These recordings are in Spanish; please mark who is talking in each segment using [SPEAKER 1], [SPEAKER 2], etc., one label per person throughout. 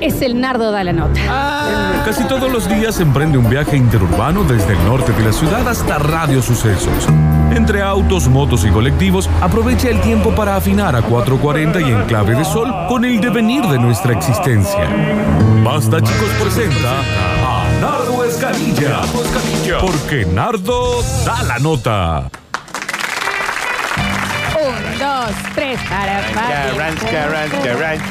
[SPEAKER 1] es el Nardo da la nota.
[SPEAKER 2] Casi todos los días emprende un viaje interurbano desde el norte de la ciudad hasta Radio Sucesos. Entre autos, motos y colectivos, aprovecha el tiempo para afinar a 440 y Enclave de Sol con el devenir de nuestra existencia. Basta chicos presenta a Nardo Escanilla, porque Nardo da la nota.
[SPEAKER 1] Un, dos, tres, para
[SPEAKER 3] Ranca, ranca, ranca, ranca.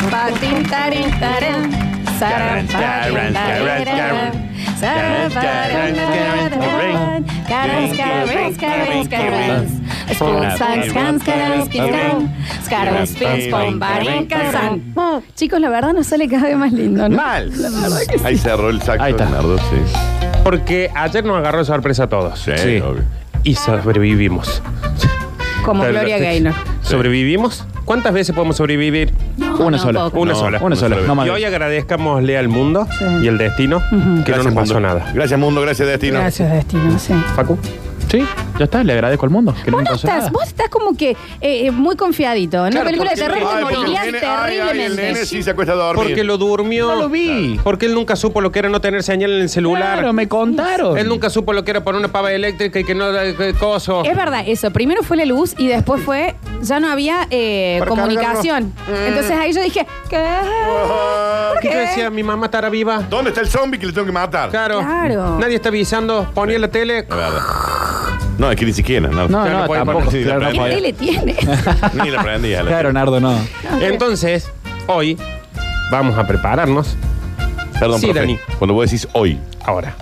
[SPEAKER 1] Zapatín, tarín, tarán. Zarapatán,
[SPEAKER 3] Tarán, tarán, tarán,
[SPEAKER 1] tarán. Zarapatán,
[SPEAKER 3] tarán,
[SPEAKER 1] tarán. Carán, carán, carán, carán. Spons, fans, fans, carán, quincarán. Scarán, spins, pon, barán, calzán. Oh, Chicos, la verdad nos sale cada vez más lindo, ¿no?
[SPEAKER 3] Mal.
[SPEAKER 1] La verdad que sí.
[SPEAKER 3] Ahí cerró el saco
[SPEAKER 4] Ahí está.
[SPEAKER 3] de Nardo, sí.
[SPEAKER 4] Porque ayer nos agarró de sorpresa a todos.
[SPEAKER 3] Sí, obvio.
[SPEAKER 4] Y sobrevivimos.
[SPEAKER 1] Como
[SPEAKER 4] Pero-
[SPEAKER 1] Gloria Gaynor.
[SPEAKER 4] ¿Sobrevivimos? ¿Cuántas veces podemos sobrevivir?
[SPEAKER 1] no,
[SPEAKER 5] Una sola.
[SPEAKER 1] tampoco.
[SPEAKER 4] Una
[SPEAKER 3] No,
[SPEAKER 4] sola.
[SPEAKER 5] Una sola, no más.
[SPEAKER 4] Y hoy agradezcamosle al mundo y al destino que no nos pasó
[SPEAKER 3] mundo.
[SPEAKER 4] nada.
[SPEAKER 3] Gracias, mundo. Gracias, destino.
[SPEAKER 1] Gracias, Destino, sí.
[SPEAKER 4] Facu.
[SPEAKER 5] Sí, ya está, le agradezco al mundo. Que no
[SPEAKER 1] Vos
[SPEAKER 5] me
[SPEAKER 1] no
[SPEAKER 5] pasó
[SPEAKER 1] estás,
[SPEAKER 5] nada.
[SPEAKER 1] vos estás como que eh, eh, muy confiadito. Una
[SPEAKER 4] Claro,
[SPEAKER 1] película de
[SPEAKER 4] porque-
[SPEAKER 1] terror
[SPEAKER 3] Ay,
[SPEAKER 1] te
[SPEAKER 3] porque el
[SPEAKER 1] morirías
[SPEAKER 3] nene- ay, ay, el nene
[SPEAKER 1] terriblemente.
[SPEAKER 3] sí se acuesta a dormir.
[SPEAKER 4] Porque lo durmió.
[SPEAKER 5] No lo vi.
[SPEAKER 4] Porque él nunca supo lo que era no tener señal en el celular.
[SPEAKER 5] Claro, me contaron.
[SPEAKER 4] Él nunca supo lo que era poner una pava eléctrica y que no era eh, coso.
[SPEAKER 1] Es verdad, eso. Primero fue la luz y después fue. Ya no había eh,
[SPEAKER 3] Para
[SPEAKER 1] comunicación. Entonces ahí yo dije, ¿qué?
[SPEAKER 3] Ah,
[SPEAKER 4] Y yo decía, mi mamá estará viva.
[SPEAKER 3] ¿Dónde está el zombie que le tengo que matar?
[SPEAKER 4] Claro.
[SPEAKER 1] Claro.
[SPEAKER 4] Nadie está avisando. Ponía la tele.
[SPEAKER 3] La verdad. No, es que ni siquiera, no.
[SPEAKER 5] No,
[SPEAKER 4] Claro,
[SPEAKER 5] no,
[SPEAKER 4] puede
[SPEAKER 5] tampoco.
[SPEAKER 3] poner-
[SPEAKER 5] Claro, no
[SPEAKER 3] Sí,
[SPEAKER 1] ¿Qué
[SPEAKER 5] podía.
[SPEAKER 1] tele tiene?
[SPEAKER 3] Ni la prendí. a la-
[SPEAKER 5] Claro, Nardo, no.
[SPEAKER 4] Entonces, hoy vamos a prepararnos.
[SPEAKER 3] Perdón,
[SPEAKER 4] Sí,
[SPEAKER 3] profe.
[SPEAKER 4] Dani.
[SPEAKER 3] Cuando vos decís hoy.
[SPEAKER 4] Ahora.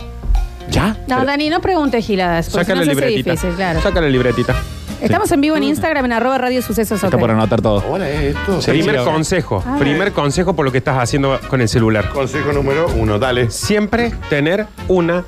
[SPEAKER 4] ¿Ya?
[SPEAKER 1] No, Dani, no preguntes giladas. Porque si
[SPEAKER 4] Saca la
[SPEAKER 1] no se hace
[SPEAKER 4] libretita.
[SPEAKER 1] difícil, claro.
[SPEAKER 4] Saca la libretita.
[SPEAKER 1] Estamos en vivo en Instagram, en arroba radio sucesos.
[SPEAKER 5] Está
[SPEAKER 1] ok.
[SPEAKER 5] por anotar todo.
[SPEAKER 3] Ahora es esto.
[SPEAKER 5] Sí.
[SPEAKER 4] primer
[SPEAKER 5] lo-
[SPEAKER 4] consejo. Primer consejo por lo que estás haciendo con el celular.
[SPEAKER 3] Consejo número uno, dale.
[SPEAKER 4] Siempre tener una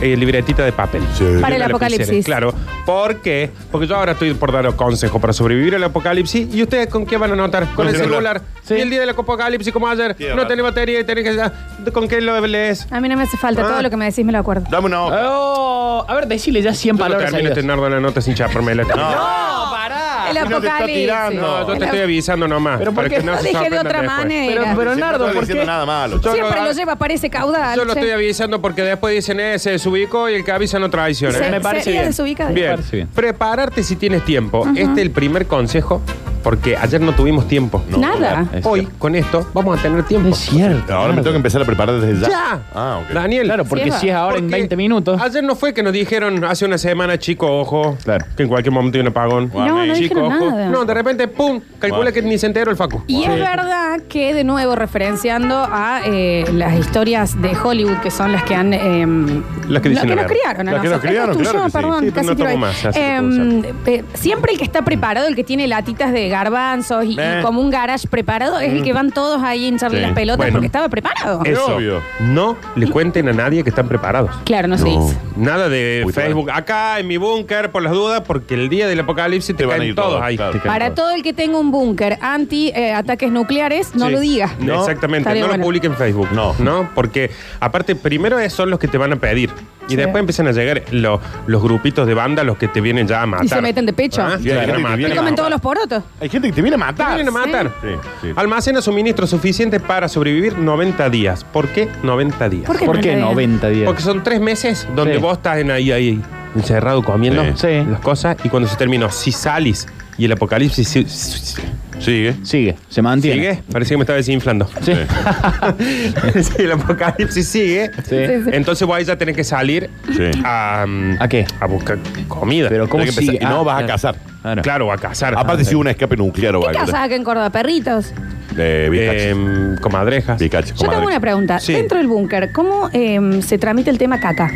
[SPEAKER 4] eh, libretita de papel.
[SPEAKER 1] Para el
[SPEAKER 4] Una lapicera,
[SPEAKER 1] apocalipsis.
[SPEAKER 4] Claro. ¿Por qué? Porque yo ahora estoy por dar consejo para sobrevivir al apocalipsis. ¿Y ustedes con qué van a anotar? Con
[SPEAKER 3] el
[SPEAKER 4] el celular.
[SPEAKER 3] celular.
[SPEAKER 5] Sí.
[SPEAKER 4] Y el día del apocalipsis, como ayer,
[SPEAKER 3] Tiene
[SPEAKER 4] no
[SPEAKER 3] razón.
[SPEAKER 4] tenés batería y tenés que. ah, ¿Con qué lo lees?
[SPEAKER 1] A mí no me hace falta,
[SPEAKER 4] Ah.
[SPEAKER 1] todo lo que me decís me lo acuerdo.
[SPEAKER 3] Dame una hoja.
[SPEAKER 5] Oh, a ver, decile ya 100
[SPEAKER 4] Yo no
[SPEAKER 5] palabras.
[SPEAKER 4] termino este
[SPEAKER 5] seguidas.
[SPEAKER 4] nardo en la nota sin chaparme la
[SPEAKER 3] No,
[SPEAKER 1] el
[SPEAKER 3] no te está
[SPEAKER 1] apocalipsis.
[SPEAKER 3] tirando.
[SPEAKER 4] Yo te estoy avisando nomás.
[SPEAKER 5] Pero ¿por
[SPEAKER 4] para
[SPEAKER 5] qué
[SPEAKER 4] que no
[SPEAKER 1] Lo
[SPEAKER 4] se
[SPEAKER 1] dije de
[SPEAKER 4] sorprendan
[SPEAKER 1] otra
[SPEAKER 4] después.
[SPEAKER 1] manera.
[SPEAKER 5] Pero, pero
[SPEAKER 3] Sí,
[SPEAKER 5] Nardo,
[SPEAKER 3] no estoy
[SPEAKER 5] ¿por
[SPEAKER 3] diciendo
[SPEAKER 5] qué?
[SPEAKER 3] nada malo.
[SPEAKER 4] Yo-
[SPEAKER 1] Siempre
[SPEAKER 4] lo-
[SPEAKER 1] lo lleva para ese caudal.
[SPEAKER 4] Yo lo
[SPEAKER 1] che.
[SPEAKER 4] estoy avisando porque después dicen, eh, se desubicó y el que avisa no traiciona.
[SPEAKER 1] Se-
[SPEAKER 4] ¿eh?
[SPEAKER 5] me parece
[SPEAKER 1] sería
[SPEAKER 5] bien.
[SPEAKER 1] desubicado.
[SPEAKER 4] Bien.
[SPEAKER 5] parece bien.
[SPEAKER 4] prepararte si tienes tiempo. Este es el primer consejo porque ayer no tuvimos tiempo.
[SPEAKER 1] Nada.
[SPEAKER 5] Es
[SPEAKER 4] Hoy,
[SPEAKER 5] cierto.
[SPEAKER 4] con esto, vamos a tener tiempo.
[SPEAKER 5] Es cierto.
[SPEAKER 3] Ahora me tengo que empezar a preparar desde ya.
[SPEAKER 4] ¡Ya!
[SPEAKER 3] Ah, ok.
[SPEAKER 4] Daniel.
[SPEAKER 5] Claro, porque
[SPEAKER 1] Cierra.
[SPEAKER 5] si es ahora en
[SPEAKER 4] porque
[SPEAKER 5] 20 minutos.
[SPEAKER 1] Ah,
[SPEAKER 4] Ayer no fue que nos dijeron hace una semana, chico, ojo,
[SPEAKER 5] Claro.
[SPEAKER 4] que en cualquier momento hay un apagón.
[SPEAKER 3] No, no
[SPEAKER 4] chico,
[SPEAKER 1] dijeron
[SPEAKER 4] ojo.
[SPEAKER 1] nada.
[SPEAKER 4] No, de repente, pum, calcula
[SPEAKER 3] Wow.
[SPEAKER 4] que ni se enteró el Facu.
[SPEAKER 1] Y es verdad que, de nuevo, referenciando a eh, las historias de Hollywood, que son las que han. em,
[SPEAKER 4] Las que dicen
[SPEAKER 1] no,
[SPEAKER 4] la
[SPEAKER 1] nos
[SPEAKER 4] verdad.
[SPEAKER 1] criaron. a
[SPEAKER 3] Las que
[SPEAKER 1] nosotros.
[SPEAKER 3] nos criaron,
[SPEAKER 1] Esto es
[SPEAKER 3] claro que sí.
[SPEAKER 1] perdón,
[SPEAKER 4] Sí, pero
[SPEAKER 1] casi
[SPEAKER 4] no
[SPEAKER 1] quiero-
[SPEAKER 4] tomo más, así que
[SPEAKER 1] Em, eh, Siempre el que está preparado, el que tiene latitas de garbanzos y, y
[SPEAKER 3] Eh.
[SPEAKER 1] como un garage preparado, es el que van todos ahí a hincharle
[SPEAKER 3] Sí.
[SPEAKER 1] las pelotas
[SPEAKER 4] Mm. Bueno. Eh.
[SPEAKER 1] porque estaba preparado.
[SPEAKER 3] Es- obvio.
[SPEAKER 4] No le cuenten a nadie que están preparados.
[SPEAKER 1] Claro, no, se
[SPEAKER 3] No.
[SPEAKER 1] dice.
[SPEAKER 4] Nada de
[SPEAKER 3] Uy,
[SPEAKER 4] Facebook. Acá en mi búnker, por las dudas, porque el día del apocalipsis te,
[SPEAKER 3] Te van a
[SPEAKER 4] caen
[SPEAKER 3] ir
[SPEAKER 4] todos,
[SPEAKER 3] todos,
[SPEAKER 4] ahí.
[SPEAKER 3] claro.
[SPEAKER 4] Te caen
[SPEAKER 1] Para
[SPEAKER 4] todos.
[SPEAKER 1] todo el que tenga un búnker anti-ataques nucleares, no
[SPEAKER 4] Sí.
[SPEAKER 1] lo diga.
[SPEAKER 4] No, Exactamente,
[SPEAKER 1] Estaría
[SPEAKER 4] no
[SPEAKER 1] bueno.
[SPEAKER 4] lo publique en Facebook.
[SPEAKER 3] No.
[SPEAKER 4] No, porque aparte, primero es- son los que te van a pedir. Y después empiezan a llegar lo- los grupitos de banda, los que te vienen ya a matar.
[SPEAKER 1] Y se meten de pecho.
[SPEAKER 4] Ah,
[SPEAKER 1] Y
[SPEAKER 3] hay
[SPEAKER 4] te
[SPEAKER 3] gente
[SPEAKER 4] van a
[SPEAKER 3] que
[SPEAKER 4] matar.
[SPEAKER 3] viene
[SPEAKER 1] Te
[SPEAKER 3] Bien,
[SPEAKER 1] comen
[SPEAKER 3] vamos.
[SPEAKER 1] todos los porotos.
[SPEAKER 3] Hay gente que te viene a
[SPEAKER 4] Te
[SPEAKER 3] matar.
[SPEAKER 4] vienen a matar.
[SPEAKER 3] Sí, sí.
[SPEAKER 4] Almacena suministros suficientes para sobrevivir 90 días. ¿Por qué 90 días?
[SPEAKER 1] ¿Por qué,
[SPEAKER 5] ¿Por qué
[SPEAKER 1] no?
[SPEAKER 5] 90 días?
[SPEAKER 4] Porque son tres meses donde
[SPEAKER 5] Sí.
[SPEAKER 4] vos estás en ahí, ahí, encerrado comiendo
[SPEAKER 3] Sí.
[SPEAKER 5] Sí.
[SPEAKER 4] las cosas y cuando se terminó, si salís y el apocalipsis si- si- si-
[SPEAKER 3] Sigue.
[SPEAKER 5] Sigue, se mantiene.
[SPEAKER 4] sigue, parecía que me estaba desinflando.
[SPEAKER 5] Sí.
[SPEAKER 4] si el apocalipsis sigue,
[SPEAKER 5] Sí.
[SPEAKER 1] Sí, sí.
[SPEAKER 4] entonces vos ahí ya tenés que salir
[SPEAKER 3] Sí.
[SPEAKER 4] a, mm,
[SPEAKER 5] ¿A qué?
[SPEAKER 4] a buscar comida.
[SPEAKER 5] Pero ¿cómo
[SPEAKER 3] Tenés que
[SPEAKER 5] sigue?
[SPEAKER 3] empezar. Y no
[SPEAKER 5] Ah,
[SPEAKER 3] vas a
[SPEAKER 5] claro.
[SPEAKER 3] cazar.
[SPEAKER 5] Claro.
[SPEAKER 4] Claro, a cazar.
[SPEAKER 3] Aparte, si hubo un escape nuclear o
[SPEAKER 1] ¿Qué
[SPEAKER 3] algo.
[SPEAKER 1] casas acá en Córdoba? Perritos.
[SPEAKER 3] Eh, bizcacha.
[SPEAKER 4] Em, comadrejas.
[SPEAKER 3] Bizcacha,
[SPEAKER 1] Yo tengo
[SPEAKER 3] comadre.
[SPEAKER 1] una pregunta.
[SPEAKER 4] Sí.
[SPEAKER 1] Dentro del búnker, ¿cómo em, se tramita el tema caca?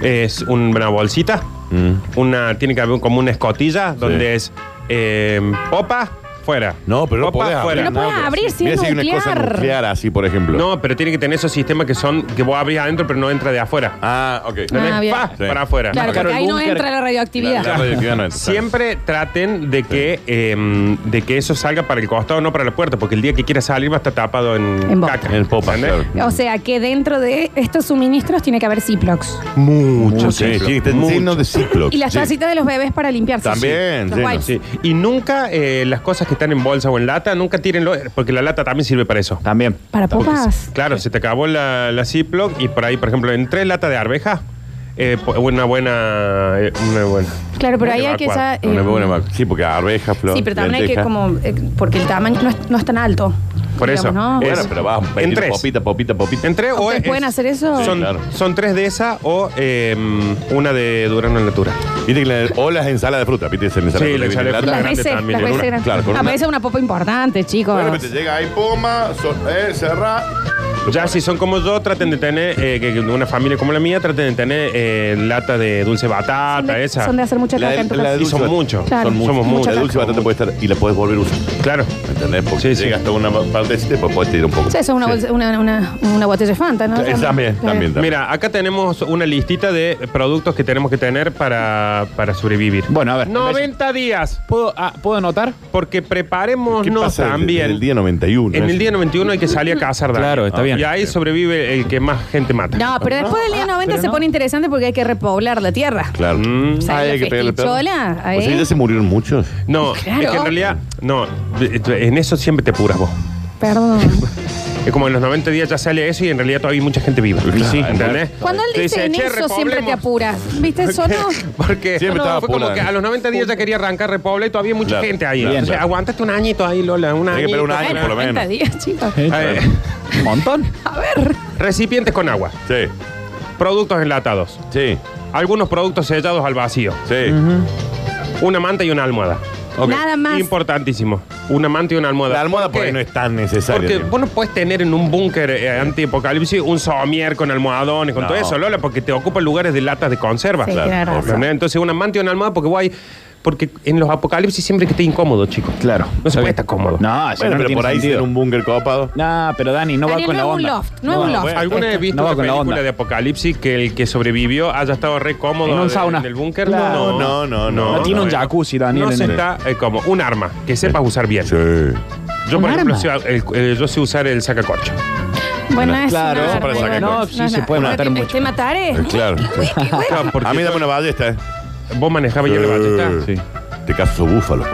[SPEAKER 4] Es un- una bolsita.
[SPEAKER 3] Mm.
[SPEAKER 4] Una, tiene que haber como una escotilla donde es em, popa, fuera.
[SPEAKER 3] No, pero no
[SPEAKER 4] popa,
[SPEAKER 3] podés abrir.
[SPEAKER 4] fuera.
[SPEAKER 1] Pero no podés abrir si
[SPEAKER 3] Mirá
[SPEAKER 1] es
[SPEAKER 3] si hay una cosa
[SPEAKER 1] nuclear.
[SPEAKER 3] nuclear así, por ejemplo.
[SPEAKER 4] No, pero tiene que tener esos sistemas que son que vos abrís adentro, pero no entra de afuera.
[SPEAKER 3] Ah, ok.
[SPEAKER 4] ¿Entendés?
[SPEAKER 1] Ah, bien.
[SPEAKER 4] Pa,
[SPEAKER 3] Sí.
[SPEAKER 4] Para afuera.
[SPEAKER 1] Claro,
[SPEAKER 5] claro,
[SPEAKER 1] porque
[SPEAKER 5] el
[SPEAKER 1] ahí no
[SPEAKER 5] búnker-
[SPEAKER 1] entra la
[SPEAKER 3] La-
[SPEAKER 1] radioactividad.
[SPEAKER 3] la radioactividad no entra.
[SPEAKER 4] Siempre traten de que, em, de que eso salga para el costado, no para la puerta, porque el día que quiera salir va a estar tapado en,
[SPEAKER 1] En boca.
[SPEAKER 4] caca.
[SPEAKER 3] En popa,
[SPEAKER 4] ¿entendés?
[SPEAKER 3] claro.
[SPEAKER 1] O sea que dentro de estos suministros tiene que haber Ziplocs.
[SPEAKER 3] Mucho, sí,
[SPEAKER 4] Ziploc.
[SPEAKER 3] sí, está lleno de Ziploc.
[SPEAKER 1] Y las
[SPEAKER 3] Sí.
[SPEAKER 1] tacitas de los bebés para limpiarse.
[SPEAKER 3] También,
[SPEAKER 1] Los
[SPEAKER 3] lleno,
[SPEAKER 1] wipes.
[SPEAKER 4] Sí. Y nunca eh, las cosas que están en bolsa o en lata, nunca tírenlo, eh, porque la lata también sirve para eso.
[SPEAKER 5] También.
[SPEAKER 1] Para
[SPEAKER 4] Porque,
[SPEAKER 1] popas.
[SPEAKER 4] Claro, se te acabó la, la Ziploc y por ahí, por ejemplo, en tres latas de arveja, eh, po- una buena. eh, Una buena.
[SPEAKER 1] Claro, pero ahí hay que ya.
[SPEAKER 4] evacuar.
[SPEAKER 1] eh,
[SPEAKER 6] Una buena vaca. Sí, porque arveja, flor.
[SPEAKER 1] sí, pero también hay que
[SPEAKER 6] lenteja.
[SPEAKER 1] como. eh, porque el tamaño no es, no es tan alto.
[SPEAKER 4] Por eso,
[SPEAKER 1] ¿no?
[SPEAKER 4] es-
[SPEAKER 6] Bueno, pero vas
[SPEAKER 4] En
[SPEAKER 6] metiendo
[SPEAKER 4] tres.
[SPEAKER 6] popita, popita, popita.
[SPEAKER 4] En tres o.
[SPEAKER 1] ¿Ustedes
[SPEAKER 4] es-
[SPEAKER 1] pueden hacer eso?
[SPEAKER 4] Son,
[SPEAKER 6] Sí, claro.
[SPEAKER 4] son tres de esa o eh, una de Durano en Natura.
[SPEAKER 6] Viste que la- o las ensaladas de fruta, viste esa ensalada
[SPEAKER 4] Sí, la
[SPEAKER 6] de fruta. que
[SPEAKER 4] ensalada de
[SPEAKER 1] Las
[SPEAKER 6] viene en lata.
[SPEAKER 4] grande
[SPEAKER 1] veces,
[SPEAKER 4] también,
[SPEAKER 1] las
[SPEAKER 4] en
[SPEAKER 1] veces
[SPEAKER 4] una-
[SPEAKER 1] grandes.
[SPEAKER 6] claro, con
[SPEAKER 1] Ah,
[SPEAKER 6] una-
[SPEAKER 1] pero esa es una popa importante, chicos.
[SPEAKER 6] Bueno, pero te llega ahí, poma, sol, eh, cerrá. Lo
[SPEAKER 4] Ya
[SPEAKER 6] pones.
[SPEAKER 4] si son como yo, traten de tener, eh, que que una familia como la mía, traten de tener eh, lata de dulce batata,
[SPEAKER 1] son, de,
[SPEAKER 4] esa.
[SPEAKER 1] son de hacer mucha
[SPEAKER 6] La-
[SPEAKER 1] caca en tu
[SPEAKER 6] la
[SPEAKER 1] casa.
[SPEAKER 4] y son
[SPEAKER 6] Dulce-
[SPEAKER 4] muchos.
[SPEAKER 1] Claro.
[SPEAKER 4] Somos
[SPEAKER 1] Mucha
[SPEAKER 4] muchos.
[SPEAKER 6] La dulce batata puede estar y la puedes volver a usar.
[SPEAKER 4] Claro.
[SPEAKER 6] ¿Me entendés? Porque
[SPEAKER 4] Sí,
[SPEAKER 6] sí,
[SPEAKER 4] sí.
[SPEAKER 6] llega hasta una partecita y después puedes pues tirar un poco.
[SPEAKER 1] O sea, eso es una, bolsa- una, una, una botella de Fanta, ¿no?
[SPEAKER 6] Eh, También,
[SPEAKER 1] Claro.
[SPEAKER 6] también, también.
[SPEAKER 4] Mira, acá tenemos una listita de productos que tenemos que tener para, para sobrevivir.
[SPEAKER 5] Bueno, a ver.
[SPEAKER 4] 90 días.
[SPEAKER 5] ¿Puedo, ah, ¿puedo anotar?
[SPEAKER 4] Porque
[SPEAKER 6] ¿Qué
[SPEAKER 4] preparémonos
[SPEAKER 6] pasa
[SPEAKER 4] también.
[SPEAKER 6] en el día 91?
[SPEAKER 4] en
[SPEAKER 6] ¿no?
[SPEAKER 4] el día 91 hay que salir a cazar. Dani.
[SPEAKER 5] Claro, está bien.
[SPEAKER 4] Y ahí sobrevive el que más gente mata.
[SPEAKER 1] No, pero después del día 90
[SPEAKER 5] pero
[SPEAKER 1] se
[SPEAKER 5] no.
[SPEAKER 1] pone interesante porque hay que repoblar la tierra.
[SPEAKER 6] Claro.
[SPEAKER 4] Mm.
[SPEAKER 1] sea,
[SPEAKER 6] Ahí
[SPEAKER 1] la
[SPEAKER 6] hay que pegarle el perro.
[SPEAKER 1] festichola,
[SPEAKER 6] O sea,
[SPEAKER 1] ahí.
[SPEAKER 6] ya se murieron muchos.
[SPEAKER 4] No,
[SPEAKER 1] Claro.
[SPEAKER 4] es que en realidad, no, en eso siempre te puras vos.
[SPEAKER 1] Perdón.
[SPEAKER 4] Es como en los 90 días ya sale eso y en realidad todavía hay mucha gente viva.
[SPEAKER 6] Sí.
[SPEAKER 4] ¿entendés?
[SPEAKER 1] Cuando él
[SPEAKER 4] Te
[SPEAKER 1] dice en
[SPEAKER 4] "Che,
[SPEAKER 1] eso siempre te
[SPEAKER 4] repoblemos".
[SPEAKER 1] apuras. ¿Viste eso no?
[SPEAKER 4] Porque
[SPEAKER 6] Siempre estaba
[SPEAKER 4] fue como
[SPEAKER 6] apurada.
[SPEAKER 4] que a los 90 días ya quería arrancar Repobla y todavía hay mucha
[SPEAKER 6] Claro,
[SPEAKER 4] gente ahí.
[SPEAKER 6] claro,
[SPEAKER 4] o sea,
[SPEAKER 6] claro.
[SPEAKER 4] aguantaste un añito ahí, Lola, un
[SPEAKER 6] Hay
[SPEAKER 4] año.
[SPEAKER 6] que esperar un año por lo menos.
[SPEAKER 1] 90 días, chicos.
[SPEAKER 4] Eh,
[SPEAKER 5] Un montón.
[SPEAKER 1] A ver.
[SPEAKER 4] recipientes con agua,
[SPEAKER 6] Sí,
[SPEAKER 4] productos enlatados,
[SPEAKER 6] sí,
[SPEAKER 4] algunos productos sellados al vacío,
[SPEAKER 6] sí.
[SPEAKER 4] una manta y una almohada.
[SPEAKER 6] Ok.
[SPEAKER 1] Nada más.
[SPEAKER 4] Importantísimo. Una manta y una almohada.
[SPEAKER 6] La almohada
[SPEAKER 4] ¿Por
[SPEAKER 6] por
[SPEAKER 4] qué?
[SPEAKER 6] ahí no es tan necesaria.
[SPEAKER 4] Porque
[SPEAKER 6] digamos.
[SPEAKER 4] vos no puedes tener en un búnker eh, antiapocalipsis un somier con almohadones, con
[SPEAKER 6] No.
[SPEAKER 4] todo eso, Lola, porque te ocupa lugares de latas de conserva.
[SPEAKER 1] Sí, Claro, tienes razón.
[SPEAKER 4] ¿Entendés? Entonces una manta y una almohada porque vos hay... Porque en los apocalipsis siempre que esté incómodo, chicos.
[SPEAKER 5] Claro.
[SPEAKER 4] No se
[SPEAKER 5] Está
[SPEAKER 4] puede
[SPEAKER 5] bien.
[SPEAKER 4] estar cómodo.
[SPEAKER 5] No, eso
[SPEAKER 6] Bueno,
[SPEAKER 5] no
[SPEAKER 6] pero
[SPEAKER 5] tiene
[SPEAKER 6] por ahí
[SPEAKER 5] sentido.
[SPEAKER 6] tiene un búnker copado.
[SPEAKER 5] No, pero Dani, no va
[SPEAKER 1] Daniel,
[SPEAKER 5] con la
[SPEAKER 1] no es un
[SPEAKER 5] onda.
[SPEAKER 1] loft, no es un loft.
[SPEAKER 6] bueno.
[SPEAKER 4] ¿Alguna vez
[SPEAKER 1] Esto.
[SPEAKER 4] visto
[SPEAKER 5] No va
[SPEAKER 4] una
[SPEAKER 5] con la
[SPEAKER 4] película
[SPEAKER 5] onda.
[SPEAKER 4] de apocalipsis que el que sobrevivió haya estado re cómodo
[SPEAKER 5] En un
[SPEAKER 4] de-
[SPEAKER 5] sauna.
[SPEAKER 4] en el búnker?
[SPEAKER 5] Claro.
[SPEAKER 6] No, no, no.
[SPEAKER 5] No tiene un
[SPEAKER 4] eh.
[SPEAKER 5] jacuzzi, Daniel,
[SPEAKER 4] No
[SPEAKER 5] en
[SPEAKER 4] se
[SPEAKER 5] el-
[SPEAKER 4] está eh, como un arma que sepas usar bien.
[SPEAKER 6] Sí.
[SPEAKER 4] Yo, por
[SPEAKER 1] ¿Un
[SPEAKER 4] ejemplo,
[SPEAKER 1] arma?
[SPEAKER 4] sé, el- eh, yo sé usar el sacacorcho.
[SPEAKER 1] Bueno, es
[SPEAKER 5] Claro,
[SPEAKER 1] una
[SPEAKER 6] para
[SPEAKER 1] barbaridad.
[SPEAKER 6] sacar
[SPEAKER 1] No,
[SPEAKER 5] cosas.
[SPEAKER 1] no es
[SPEAKER 5] Sí, se
[SPEAKER 1] nada.
[SPEAKER 5] puede
[SPEAKER 1] Ahora
[SPEAKER 5] matar
[SPEAKER 1] te-
[SPEAKER 5] mucho.
[SPEAKER 1] Te mataré.
[SPEAKER 6] Eh, Claro.
[SPEAKER 4] Claro, porque
[SPEAKER 6] A mí
[SPEAKER 4] yo-
[SPEAKER 6] dame una ballesta, ¿eh?
[SPEAKER 4] vos manejabas yo la ballesta.
[SPEAKER 6] Sí. Te caso búfalo.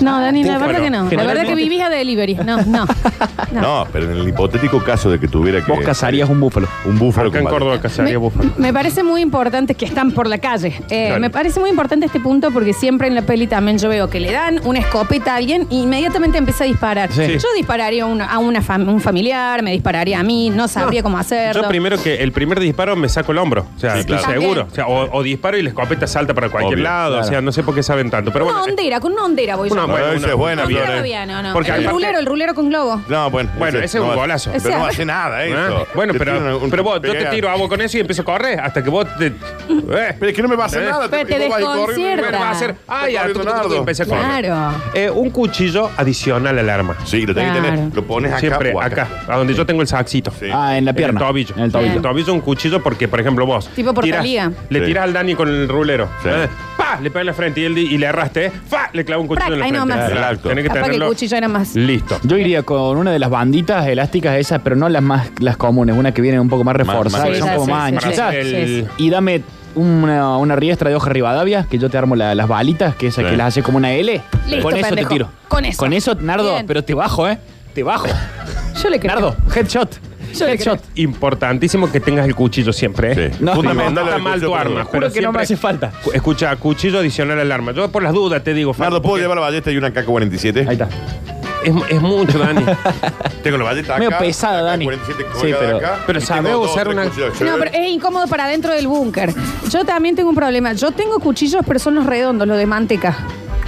[SPEAKER 1] No, Dani, la verdad
[SPEAKER 4] Bueno,
[SPEAKER 1] que no. La verdad que
[SPEAKER 5] generalmente-
[SPEAKER 1] vivís a delivery. No, no. No.
[SPEAKER 6] No, pero en el hipotético caso de que tuviera que.
[SPEAKER 5] Vos cazarías un búfalo.
[SPEAKER 6] un búfalo
[SPEAKER 4] Acá en
[SPEAKER 6] con
[SPEAKER 4] Córdoba
[SPEAKER 6] ballesta.
[SPEAKER 4] cazaría búfalo.
[SPEAKER 1] Me, me parece muy importante que están por la calle. Eh,
[SPEAKER 4] Claro.
[SPEAKER 1] Me parece muy importante este punto porque siempre en la peli también yo veo que le dan una escopeta a alguien e inmediatamente empieza a disparar.
[SPEAKER 5] Sí.
[SPEAKER 1] Yo dispararía a una- a una fam- un familiar, me dispararía a mí, no sabría
[SPEAKER 4] No,
[SPEAKER 1] cómo hacerlo.
[SPEAKER 4] Yo primero que el primer disparo me saco el hombro. O sea,
[SPEAKER 6] Sí, claro.
[SPEAKER 4] seguro.
[SPEAKER 1] También.
[SPEAKER 4] O, sea, o- o disparo y la escopeta salta para cualquier
[SPEAKER 6] Obvio,
[SPEAKER 4] lado. O sea, no sé por qué saben tanto. Pero
[SPEAKER 1] una
[SPEAKER 4] bueno. eh,
[SPEAKER 1] hondera, con una hondera voy
[SPEAKER 4] Una
[SPEAKER 1] yo.
[SPEAKER 6] No, esa es buena,
[SPEAKER 1] No,
[SPEAKER 6] Flor,
[SPEAKER 1] no,
[SPEAKER 6] eh.
[SPEAKER 1] bien, no, no.
[SPEAKER 4] Porque
[SPEAKER 1] el
[SPEAKER 4] aparte-
[SPEAKER 1] rulero, el rulero con globo.
[SPEAKER 6] No, bueno.
[SPEAKER 4] Bueno, ese es un
[SPEAKER 6] no-
[SPEAKER 4] golazo.
[SPEAKER 1] Ese-
[SPEAKER 6] Pero no hace nada,
[SPEAKER 4] ¿eh?
[SPEAKER 6] eso.
[SPEAKER 4] Bueno,
[SPEAKER 6] Te
[SPEAKER 4] pero,
[SPEAKER 6] tiran un-
[SPEAKER 4] pero vos, yo te
[SPEAKER 6] pega.
[SPEAKER 4] tiro agua con eso y empiezo a correr hasta que vos te. eh,
[SPEAKER 6] Pero es que no me va a hacer
[SPEAKER 4] ¿Eh?
[SPEAKER 6] nada.
[SPEAKER 1] Pero te
[SPEAKER 6] vos vas a ir corriendo y
[SPEAKER 1] desconcierta.
[SPEAKER 4] bueno, va a hacer. Ay,
[SPEAKER 6] Está
[SPEAKER 4] a-
[SPEAKER 6] corriendo
[SPEAKER 4] tu- tu- tu- tu-
[SPEAKER 6] Nardo.
[SPEAKER 4] empecé a correr.
[SPEAKER 1] Claro.
[SPEAKER 4] Eh, un cuchillo adicional al arma.
[SPEAKER 6] Sí, lo tenés que
[SPEAKER 1] Claro.
[SPEAKER 6] tener. Lo pones acá.
[SPEAKER 4] Siempre
[SPEAKER 6] o
[SPEAKER 4] acá, a donde yo tengo el saxito.
[SPEAKER 6] Sí.
[SPEAKER 5] Ah, en la pierna.
[SPEAKER 4] En el tobillo.
[SPEAKER 5] En el tobillo.
[SPEAKER 4] En el tobillo un cuchillo porque, por ejemplo, vos.
[SPEAKER 1] Tipo
[SPEAKER 4] tirás-
[SPEAKER 1] portalía.
[SPEAKER 4] Le
[SPEAKER 6] Sí.
[SPEAKER 4] tirás al Dani con el rulero.
[SPEAKER 6] Sí.
[SPEAKER 4] ¿eh? ¡Pa! Le pegas en la frente y, él, di- y le arraste. ¿eh? ¡Fa! Le clava un cuchillo
[SPEAKER 1] Prac,
[SPEAKER 4] en la
[SPEAKER 1] ahí
[SPEAKER 4] frente.
[SPEAKER 1] nomás.
[SPEAKER 6] Exacto.
[SPEAKER 4] Tenés que
[SPEAKER 1] Capaz que el
[SPEAKER 4] tenerlo
[SPEAKER 1] cuchillo era más.
[SPEAKER 4] listo.
[SPEAKER 5] Yo iría con una de las banditas elásticas esas, pero no las más las comunes, una que vienen un poco más reforzadas,
[SPEAKER 6] más-
[SPEAKER 5] son
[SPEAKER 6] sí,
[SPEAKER 5] como
[SPEAKER 1] sí,
[SPEAKER 5] más
[SPEAKER 1] sí,
[SPEAKER 4] Para
[SPEAKER 1] sí.
[SPEAKER 5] anchitas.
[SPEAKER 4] hacer el-
[SPEAKER 5] Y dame una, una riestra de hoja ribadavia, que yo te armo la- las balitas, que esa
[SPEAKER 6] Sí.
[SPEAKER 5] que las hace como una L.
[SPEAKER 1] Listo,
[SPEAKER 5] con eso
[SPEAKER 1] pendejo.
[SPEAKER 5] te tiro.
[SPEAKER 1] Con eso.
[SPEAKER 5] Con eso, Nardo,
[SPEAKER 1] Bien.
[SPEAKER 5] pero te bajo, ¿eh? Te bajo.
[SPEAKER 1] Yo le creo.
[SPEAKER 5] Nardo, headshot.
[SPEAKER 1] Yo le creo.
[SPEAKER 5] headshot.
[SPEAKER 4] Importantísimo que tengas el cuchillo siempre. ¿eh?
[SPEAKER 6] Sí.
[SPEAKER 5] No,
[SPEAKER 6] Fundamental
[SPEAKER 4] No
[SPEAKER 6] lo
[SPEAKER 4] está
[SPEAKER 6] del
[SPEAKER 4] mal tu
[SPEAKER 6] cuchillo por
[SPEAKER 4] arma.
[SPEAKER 6] favor.
[SPEAKER 5] Juro
[SPEAKER 4] pero
[SPEAKER 5] que no
[SPEAKER 4] siempre-
[SPEAKER 5] me hace falta.
[SPEAKER 4] Cu- Escucha, cuchillo adicional al arma. Yo por las dudas te digo, Facu,
[SPEAKER 6] Nardo, ¿puedo
[SPEAKER 4] porque
[SPEAKER 6] llevar la ballesta y una
[SPEAKER 5] Ahí
[SPEAKER 6] AK-47?
[SPEAKER 5] está.
[SPEAKER 4] es, es mucho, Dani.
[SPEAKER 6] Tengo la ballesta acá.
[SPEAKER 5] Medio pesada,
[SPEAKER 6] la
[SPEAKER 5] Dani.
[SPEAKER 6] AK-47
[SPEAKER 5] Sí,
[SPEAKER 6] colgada
[SPEAKER 5] pero-
[SPEAKER 6] acá,
[SPEAKER 4] pero
[SPEAKER 6] y
[SPEAKER 4] sabe
[SPEAKER 6] tengo dos,
[SPEAKER 4] usar
[SPEAKER 6] tres
[SPEAKER 4] una-
[SPEAKER 6] cuchillos.
[SPEAKER 1] No, pero es incómodo para dentro del búnker. Yo también tengo un problema. Yo tengo cuchillos, pero son los redondos, los de manteca.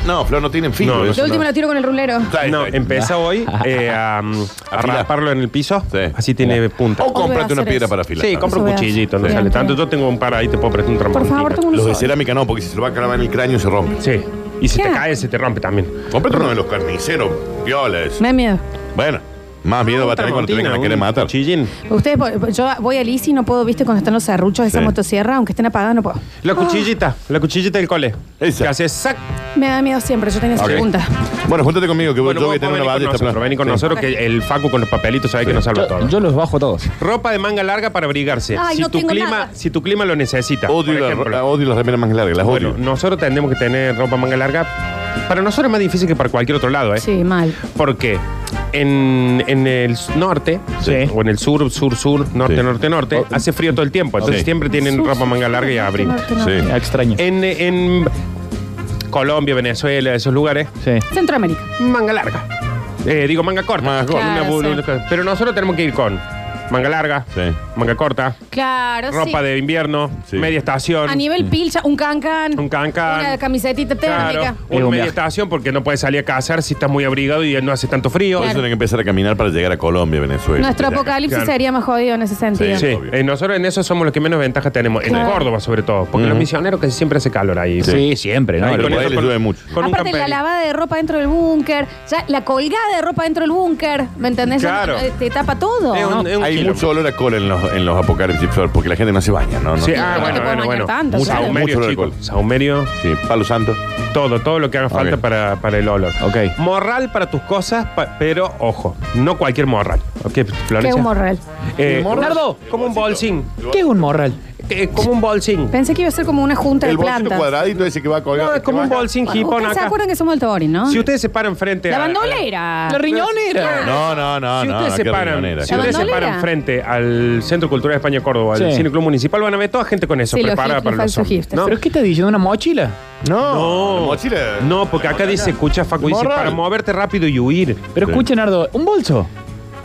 [SPEAKER 6] No, Flor, no tienen filo.
[SPEAKER 4] No, no
[SPEAKER 6] eso
[SPEAKER 1] Yo último lo tiro con el rulero.
[SPEAKER 6] Está, está,
[SPEAKER 4] No,
[SPEAKER 6] está.
[SPEAKER 4] empieza hoy eh, a, mm, a
[SPEAKER 6] Afilar.
[SPEAKER 4] rasparlo en el piso.
[SPEAKER 6] Sí.
[SPEAKER 4] Así tiene punta.
[SPEAKER 6] O
[SPEAKER 1] Voy a
[SPEAKER 6] comprate una
[SPEAKER 1] hacer
[SPEAKER 6] piedra
[SPEAKER 1] eso.
[SPEAKER 6] para afilar.
[SPEAKER 4] Sí,
[SPEAKER 6] ¿no?
[SPEAKER 4] compra un
[SPEAKER 1] Eso voy a
[SPEAKER 4] cuchillito, no
[SPEAKER 1] hacer.
[SPEAKER 4] sale
[SPEAKER 1] Bien,
[SPEAKER 4] tanto.
[SPEAKER 1] bien.
[SPEAKER 4] Yo tengo un par ahí, te puedo prestar un trampolín.
[SPEAKER 1] Por favor, tengo
[SPEAKER 6] Los de
[SPEAKER 1] uno solo.
[SPEAKER 6] cerámica no, porque si se lo va a clavar en el cráneo se rompe.
[SPEAKER 4] Sí. Y si
[SPEAKER 1] ¿Qué?
[SPEAKER 4] te cae, se te rompe también.
[SPEAKER 6] Comprate uno de los carniceros, viola eso.
[SPEAKER 1] Me da miedo.
[SPEAKER 6] Bueno, más
[SPEAKER 4] Ah,
[SPEAKER 6] miedo va a tener cuando te vengan a querer matar.
[SPEAKER 4] Cuchillín.
[SPEAKER 1] Ustedes, po- yo voy al ICI y no puedo, viste, cuando están los serruchos de esa
[SPEAKER 6] Sí.
[SPEAKER 1] motosierra, aunque estén apagados, no puedo.
[SPEAKER 4] La cuchillita, la cuchillita del cole.
[SPEAKER 6] Esa.
[SPEAKER 4] Que hace sac.
[SPEAKER 1] Me da miedo siempre, yo tengo esa
[SPEAKER 6] Ok.
[SPEAKER 1] pregunta.
[SPEAKER 6] Bueno, júntate conmigo que
[SPEAKER 4] Bueno,
[SPEAKER 6] yo
[SPEAKER 4] vos
[SPEAKER 6] voy a tener
[SPEAKER 4] vos
[SPEAKER 6] una
[SPEAKER 4] vení
[SPEAKER 6] ballesta.
[SPEAKER 4] con nosotros,
[SPEAKER 6] Flor.
[SPEAKER 4] vení con
[SPEAKER 6] Sí.
[SPEAKER 4] nosotros, que el Facu con los papelitos sabe que nos salva todo.
[SPEAKER 5] Yo, yo los bajo a todos.
[SPEAKER 4] Ropa de manga larga para abrigarse.
[SPEAKER 1] Ay,
[SPEAKER 4] si,
[SPEAKER 1] no
[SPEAKER 4] tu
[SPEAKER 1] tengo
[SPEAKER 4] clima,
[SPEAKER 1] nada.
[SPEAKER 4] si tu clima lo necesita.
[SPEAKER 6] Odio,
[SPEAKER 4] por
[SPEAKER 6] la-
[SPEAKER 4] ejemplo.
[SPEAKER 6] la- odio las remeras más largas, las
[SPEAKER 4] Bueno,
[SPEAKER 6] odio.
[SPEAKER 4] nosotros tendremos que tener ropa manga larga Para nosotros es más difícil que para cualquier otro lado, ¿eh?
[SPEAKER 1] Sí, mal.
[SPEAKER 4] Porque en, en el norte,
[SPEAKER 5] Sí.
[SPEAKER 4] o en el sur, sur, sur, norte,
[SPEAKER 6] Sí.
[SPEAKER 4] norte, norte,
[SPEAKER 6] Oh,
[SPEAKER 4] hace frío todo el tiempo. Entonces
[SPEAKER 6] Sí.
[SPEAKER 4] siempre tienen
[SPEAKER 1] Sur,
[SPEAKER 4] ropa manga larga y
[SPEAKER 1] norte,
[SPEAKER 4] abril.
[SPEAKER 1] norte, norte.
[SPEAKER 6] Sí.
[SPEAKER 5] Extraño.
[SPEAKER 4] En, en Colombia, Venezuela, esos lugares,
[SPEAKER 5] Sí.
[SPEAKER 1] Centroamérica.
[SPEAKER 4] manga larga. Eh, digo, manga corta.
[SPEAKER 6] Manga corta.
[SPEAKER 4] Una
[SPEAKER 1] Claro,
[SPEAKER 4] bu- Pero nosotros tenemos que ir con manga larga,
[SPEAKER 6] Sí.
[SPEAKER 4] manga corta,
[SPEAKER 1] Claro,
[SPEAKER 4] ropa
[SPEAKER 1] sí.
[SPEAKER 4] de invierno,
[SPEAKER 6] Sí.
[SPEAKER 4] media estación.
[SPEAKER 1] A nivel pilcha, un cancan.
[SPEAKER 4] Un cancán.
[SPEAKER 1] Una camisetita térmica.
[SPEAKER 4] Claro,
[SPEAKER 5] Es
[SPEAKER 4] una
[SPEAKER 5] un
[SPEAKER 4] media
[SPEAKER 5] viaje.
[SPEAKER 4] estación porque no puedes salir a cazar si estás muy abrigado y no hace tanto frío.
[SPEAKER 6] Por eso tienen que empezar a caminar para llegar a Colombia, Venezuela.
[SPEAKER 1] Nuestro
[SPEAKER 6] Mira,
[SPEAKER 1] apocalipsis
[SPEAKER 4] claro.
[SPEAKER 1] sería más jodido en ese sentido.
[SPEAKER 4] Sí,
[SPEAKER 6] Obvio.
[SPEAKER 4] eh, nosotros en eso somos los que menos ventaja tenemos. En
[SPEAKER 1] Claro.
[SPEAKER 4] Córdoba, sobre todo. Porque los misioneros casi siempre hace calor ahí.
[SPEAKER 5] Sí, siempre, ¿no?
[SPEAKER 4] Ahí
[SPEAKER 6] pero por
[SPEAKER 4] con eso
[SPEAKER 6] ahí les
[SPEAKER 4] con-
[SPEAKER 6] llueve mucho.
[SPEAKER 4] con un
[SPEAKER 1] Aparte la
[SPEAKER 4] camperito.
[SPEAKER 1] lavada de ropa dentro del búnker, ya la colgada de ropa dentro del búnker, ¿me entendés? Ya
[SPEAKER 4] Claro.
[SPEAKER 1] no- Te tapa todo.
[SPEAKER 4] Es un- es un
[SPEAKER 6] Hay
[SPEAKER 4] quilombo.
[SPEAKER 6] mucho olor a cola en los, en los apocalipsis, Flor, porque la gente no se baña, ¿no? no
[SPEAKER 4] Sí,
[SPEAKER 6] se baña.
[SPEAKER 4] ah,
[SPEAKER 1] te
[SPEAKER 4] bueno,
[SPEAKER 1] puedes
[SPEAKER 4] bueno,
[SPEAKER 1] bañar
[SPEAKER 4] bueno.
[SPEAKER 1] tanto,
[SPEAKER 4] Mucho,
[SPEAKER 1] claro.
[SPEAKER 4] Saumerio,
[SPEAKER 6] Mucho olor de
[SPEAKER 4] chicos.
[SPEAKER 6] alcohol.
[SPEAKER 4] Saumerio,
[SPEAKER 6] Sí, palo santo.
[SPEAKER 4] todo, todo lo que haga falta
[SPEAKER 6] Ok.
[SPEAKER 4] para, para el olor.
[SPEAKER 5] Ok.
[SPEAKER 4] Morral para tus cosas, pa- pero ojo, no cualquier morral. ¿Ok,
[SPEAKER 1] Qué
[SPEAKER 4] Florencia?
[SPEAKER 1] humor real.
[SPEAKER 4] Eh,
[SPEAKER 3] ¿El morral?
[SPEAKER 4] Nardo, como un bolsín.
[SPEAKER 5] ¿Qué es un morral?
[SPEAKER 4] Eh, como un bolsín.
[SPEAKER 1] Pensé que iba a ser como una junta
[SPEAKER 3] El
[SPEAKER 1] de
[SPEAKER 3] bolsito
[SPEAKER 1] plantas.
[SPEAKER 3] cuadradito ese que va a colgar.
[SPEAKER 6] este
[SPEAKER 4] No, es como
[SPEAKER 3] que
[SPEAKER 4] un
[SPEAKER 3] va-
[SPEAKER 4] bolsín
[SPEAKER 1] Bueno,
[SPEAKER 4] hipón
[SPEAKER 1] ¿ustedes se
[SPEAKER 4] acá.
[SPEAKER 1] acuerdan que somos el Toborín, no?
[SPEAKER 4] Si ustedes se paran frente
[SPEAKER 1] Ah. la
[SPEAKER 4] a-
[SPEAKER 1] bandolera.
[SPEAKER 5] La
[SPEAKER 1] Ah.
[SPEAKER 5] riñonera.
[SPEAKER 6] No, no, Ah, no,
[SPEAKER 4] si
[SPEAKER 6] no.
[SPEAKER 4] ustedes
[SPEAKER 6] no,
[SPEAKER 4] se
[SPEAKER 6] qué
[SPEAKER 4] paran,
[SPEAKER 6] riñonera.
[SPEAKER 4] si ustedes se
[SPEAKER 1] ¿La bandolera?
[SPEAKER 4] paran frente al Centro Cultural de España Córdoba, al
[SPEAKER 5] Sí.
[SPEAKER 4] Cine Club Municipal, van a ver toda gente con eso
[SPEAKER 1] Sí, los
[SPEAKER 4] preparada
[SPEAKER 1] hipsters,
[SPEAKER 4] para los
[SPEAKER 1] falsos
[SPEAKER 4] zombies,
[SPEAKER 1] hipsters.
[SPEAKER 4] ¿no?
[SPEAKER 5] ¿Pero qué está diciendo? ¿Una mochila?
[SPEAKER 6] No,
[SPEAKER 4] No,
[SPEAKER 6] la mochila.
[SPEAKER 4] no, porque acá dice, escucha Facu, dice,
[SPEAKER 3] Morral.
[SPEAKER 4] para moverte rápido y huir.
[SPEAKER 5] Pero
[SPEAKER 6] Sí.
[SPEAKER 5] escuchen, Nardo, ¿un bolso?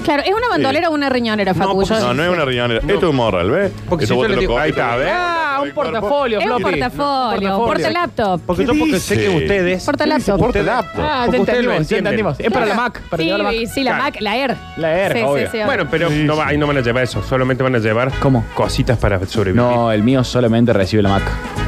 [SPEAKER 1] Claro, ¿es una bandolera o una riñonera,
[SPEAKER 4] No,
[SPEAKER 1] Facu?
[SPEAKER 4] porque
[SPEAKER 1] Yo-
[SPEAKER 6] No, no es una riñonera. Esto es un morral, ¿ves?
[SPEAKER 4] Porque
[SPEAKER 6] Esto
[SPEAKER 4] si
[SPEAKER 6] vos
[SPEAKER 4] yo
[SPEAKER 6] te
[SPEAKER 4] le
[SPEAKER 6] lo
[SPEAKER 4] digo,
[SPEAKER 6] coges,
[SPEAKER 4] ahí
[SPEAKER 6] te lo
[SPEAKER 4] está,
[SPEAKER 6] pones
[SPEAKER 4] ¿ves?
[SPEAKER 5] Ah,
[SPEAKER 6] con
[SPEAKER 5] un
[SPEAKER 6] el cuerpo.
[SPEAKER 5] portafolio,
[SPEAKER 1] Es un
[SPEAKER 5] Floppy.
[SPEAKER 1] portafolio, un porta laptop.
[SPEAKER 4] Porque yo porque sé que
[SPEAKER 6] dice?
[SPEAKER 4] ustedes...
[SPEAKER 1] Porta laptop.
[SPEAKER 3] Porta laptop.
[SPEAKER 5] Ah, ya
[SPEAKER 4] Porque ustedes lo
[SPEAKER 5] entendimos, ya
[SPEAKER 4] entienden.
[SPEAKER 5] entendimos. Es para la Mac, para
[SPEAKER 1] sí,
[SPEAKER 5] llevar la Mac.
[SPEAKER 1] sí, la
[SPEAKER 4] Claro.
[SPEAKER 1] Mac, la Air.
[SPEAKER 5] La Air,
[SPEAKER 1] sí,
[SPEAKER 5] obvio.
[SPEAKER 1] Sí, sí,
[SPEAKER 4] Bueno, pero no, va- ahí no van a llevar eso, solamente van a llevar
[SPEAKER 5] ¿Cómo?
[SPEAKER 4] cositas para sobrevivir.
[SPEAKER 5] No, el mío solamente recibe la Mac.
[SPEAKER 4] Ah,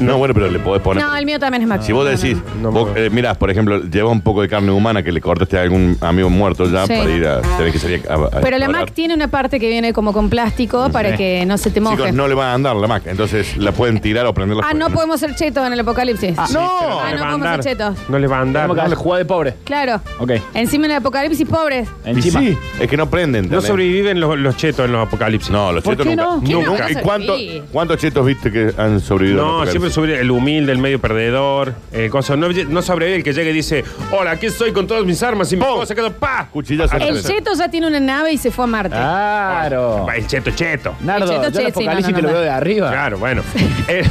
[SPEAKER 6] No, bueno, pero le podés poner.
[SPEAKER 1] No, el mío también es Mac.
[SPEAKER 6] Si vos decís,
[SPEAKER 4] no, no.
[SPEAKER 6] vos, eh, mirá, por ejemplo, llevas un poco de carne humana que le cortaste a algún amigo muerto ya
[SPEAKER 1] Sí.
[SPEAKER 6] para ir a. Tenés que salir a. a- a
[SPEAKER 1] Pero la
[SPEAKER 6] explorar.
[SPEAKER 1] Mac tiene una parte que viene como con plástico para que no se te moje.
[SPEAKER 6] Chicos, no le van a andar la Mac, entonces la pueden tirar o prender la
[SPEAKER 1] Ah, no podemos ser chetos en el apocalipsis.
[SPEAKER 6] ¡No!
[SPEAKER 1] Ah,
[SPEAKER 4] le
[SPEAKER 1] no
[SPEAKER 4] va
[SPEAKER 1] podemos
[SPEAKER 4] a andar.
[SPEAKER 1] ser chetos.
[SPEAKER 4] No le va a andar.
[SPEAKER 5] Tenemos que hacer jugada de pobre.
[SPEAKER 1] Claro.
[SPEAKER 5] Ok.
[SPEAKER 1] Encima en el apocalipsis, pobres.
[SPEAKER 5] Encima.
[SPEAKER 6] Sí, es que no prenden.
[SPEAKER 4] No
[SPEAKER 6] ¿entendés?
[SPEAKER 4] sobreviven los, los chetos en los apocalipsis.
[SPEAKER 6] No, los
[SPEAKER 5] ¿Por
[SPEAKER 6] chetos
[SPEAKER 5] qué
[SPEAKER 6] nunca.
[SPEAKER 5] no?
[SPEAKER 1] ¿Quién no
[SPEAKER 6] nunca.
[SPEAKER 1] va a
[SPEAKER 6] ¿Y cuánto-
[SPEAKER 1] sobrevivir?
[SPEAKER 6] cuántos chetos viste que han sobrevivido? al
[SPEAKER 4] No,
[SPEAKER 6] apocalipsis?
[SPEAKER 4] siempre sobre el humilde, el medio perdedor, eh, cosa. No, no sobrevive el que llega y dice, hola, aquí estoy con todas mis armas y mi
[SPEAKER 6] ¡Pum!
[SPEAKER 4] cosa quedó pa. Ah,
[SPEAKER 6] Cuchillazo.
[SPEAKER 1] El cheto ya tiene una nave y se fue a Marte.
[SPEAKER 6] Ah,
[SPEAKER 5] Claro.
[SPEAKER 4] El cheto cheto.
[SPEAKER 5] Nardo,
[SPEAKER 1] El cheto,
[SPEAKER 5] yo
[SPEAKER 1] che,
[SPEAKER 5] el
[SPEAKER 1] sí, no,
[SPEAKER 5] apocalipsis
[SPEAKER 1] no,
[SPEAKER 5] te lo
[SPEAKER 1] no.
[SPEAKER 5] veo de
[SPEAKER 6] Ah.
[SPEAKER 5] arriba.
[SPEAKER 4] Claro, bueno. Eh,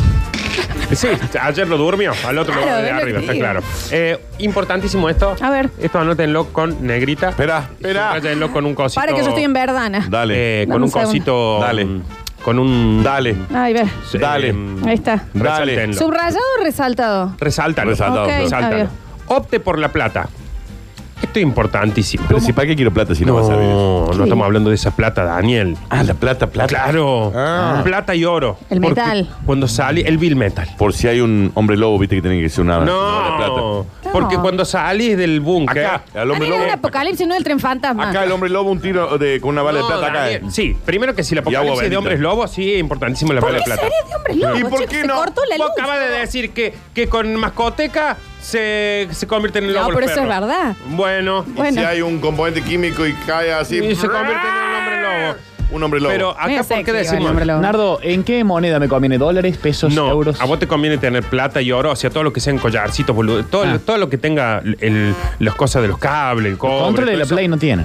[SPEAKER 4] sí, ayer lo durmió, al otro
[SPEAKER 1] Claro,
[SPEAKER 4] lo de
[SPEAKER 1] es lo
[SPEAKER 4] arriba,
[SPEAKER 1] que
[SPEAKER 4] está
[SPEAKER 1] digo.
[SPEAKER 4] claro. Eh, importantísimo esto.
[SPEAKER 1] A ver.
[SPEAKER 4] Esto anótenlo con negrita.
[SPEAKER 6] Espera, espera.
[SPEAKER 4] Subrayenlo con un cosito.
[SPEAKER 1] Para que yo estoy en verdana.
[SPEAKER 6] Dale.
[SPEAKER 4] eh,
[SPEAKER 1] Dame
[SPEAKER 4] con un
[SPEAKER 1] un segundo.
[SPEAKER 4] cosito.
[SPEAKER 6] Dale.
[SPEAKER 4] mm, Con un.
[SPEAKER 6] Dale.
[SPEAKER 1] Ay, ve.
[SPEAKER 4] eh,
[SPEAKER 6] Dale.
[SPEAKER 4] mm,
[SPEAKER 1] Ahí está.
[SPEAKER 6] Dale.
[SPEAKER 4] Resáltenlo.
[SPEAKER 1] ¿Subrayado o resaltado?
[SPEAKER 4] Resáltalo.
[SPEAKER 6] Resaltado,
[SPEAKER 1] Ok,
[SPEAKER 4] Resáltalo.
[SPEAKER 1] adiós.
[SPEAKER 4] Opte por la plata. Esto es importantísimo.
[SPEAKER 6] Pero si para qué quiero plata si no, va a servir.
[SPEAKER 4] no, no estamos hablando de esa plata, Daniel.
[SPEAKER 6] Ah, la plata, plata.
[SPEAKER 4] Claro.
[SPEAKER 6] Ah.
[SPEAKER 4] Plata y oro.
[SPEAKER 1] El
[SPEAKER 4] Porque
[SPEAKER 1] metal.
[SPEAKER 4] Cuando sale el bill metal.
[SPEAKER 6] Por si hay un hombre lobo, viste que tiene que ser una. una de
[SPEAKER 4] No,
[SPEAKER 1] plata.
[SPEAKER 4] porque
[SPEAKER 1] No.
[SPEAKER 4] cuando salís del búnker.
[SPEAKER 6] plata. Acá, al
[SPEAKER 1] Ah,
[SPEAKER 6] hombre
[SPEAKER 1] mira,
[SPEAKER 6] lobo.
[SPEAKER 1] un apocalipsis, no el tren fantasma.
[SPEAKER 6] Acá el hombre lobo, un tiro eh, de, con una bala
[SPEAKER 4] No,
[SPEAKER 6] de plata acá. eh.
[SPEAKER 4] Daniel, Sí, primero que si la
[SPEAKER 6] agua
[SPEAKER 4] apocalipsis de
[SPEAKER 6] bendita.
[SPEAKER 4] hombres lobos, sí, es importantísimo la
[SPEAKER 1] ¿Por
[SPEAKER 4] bala de
[SPEAKER 1] qué
[SPEAKER 4] plata.
[SPEAKER 1] sería de hombres lobos?
[SPEAKER 6] ¿Y por
[SPEAKER 1] chicos?
[SPEAKER 6] qué
[SPEAKER 1] Se
[SPEAKER 6] no?
[SPEAKER 1] cortó la
[SPEAKER 4] Vos
[SPEAKER 1] luz.
[SPEAKER 4] acabas de decir que, que con mascoteca se, se convierte en el
[SPEAKER 1] No,
[SPEAKER 4] lobo. los
[SPEAKER 1] pero eso es
[SPEAKER 4] perros.
[SPEAKER 1] verdad.
[SPEAKER 4] Bueno,
[SPEAKER 6] Y
[SPEAKER 1] Bueno.
[SPEAKER 6] si hay un componente químico y cae así.
[SPEAKER 4] y se convierte en un hombre lobo.
[SPEAKER 6] Un hombre lobo.
[SPEAKER 4] Pero acá,
[SPEAKER 1] Medio
[SPEAKER 4] ¿por
[SPEAKER 1] sexy,
[SPEAKER 4] qué
[SPEAKER 1] el
[SPEAKER 4] decimos?
[SPEAKER 1] hombre lobo.
[SPEAKER 5] Nardo, ¿en qué moneda me conviene? ¿Dólares, pesos,
[SPEAKER 4] No,
[SPEAKER 5] euros?
[SPEAKER 4] a vos te conviene tener plata y oro, o sea, todo lo que sean collarcitos, boludo, todo,
[SPEAKER 5] Ah.
[SPEAKER 4] todo lo que tenga el- las cosas de los cables, el cobre.
[SPEAKER 5] Control de
[SPEAKER 4] todo
[SPEAKER 5] la
[SPEAKER 4] eso.
[SPEAKER 5] Play no tiene.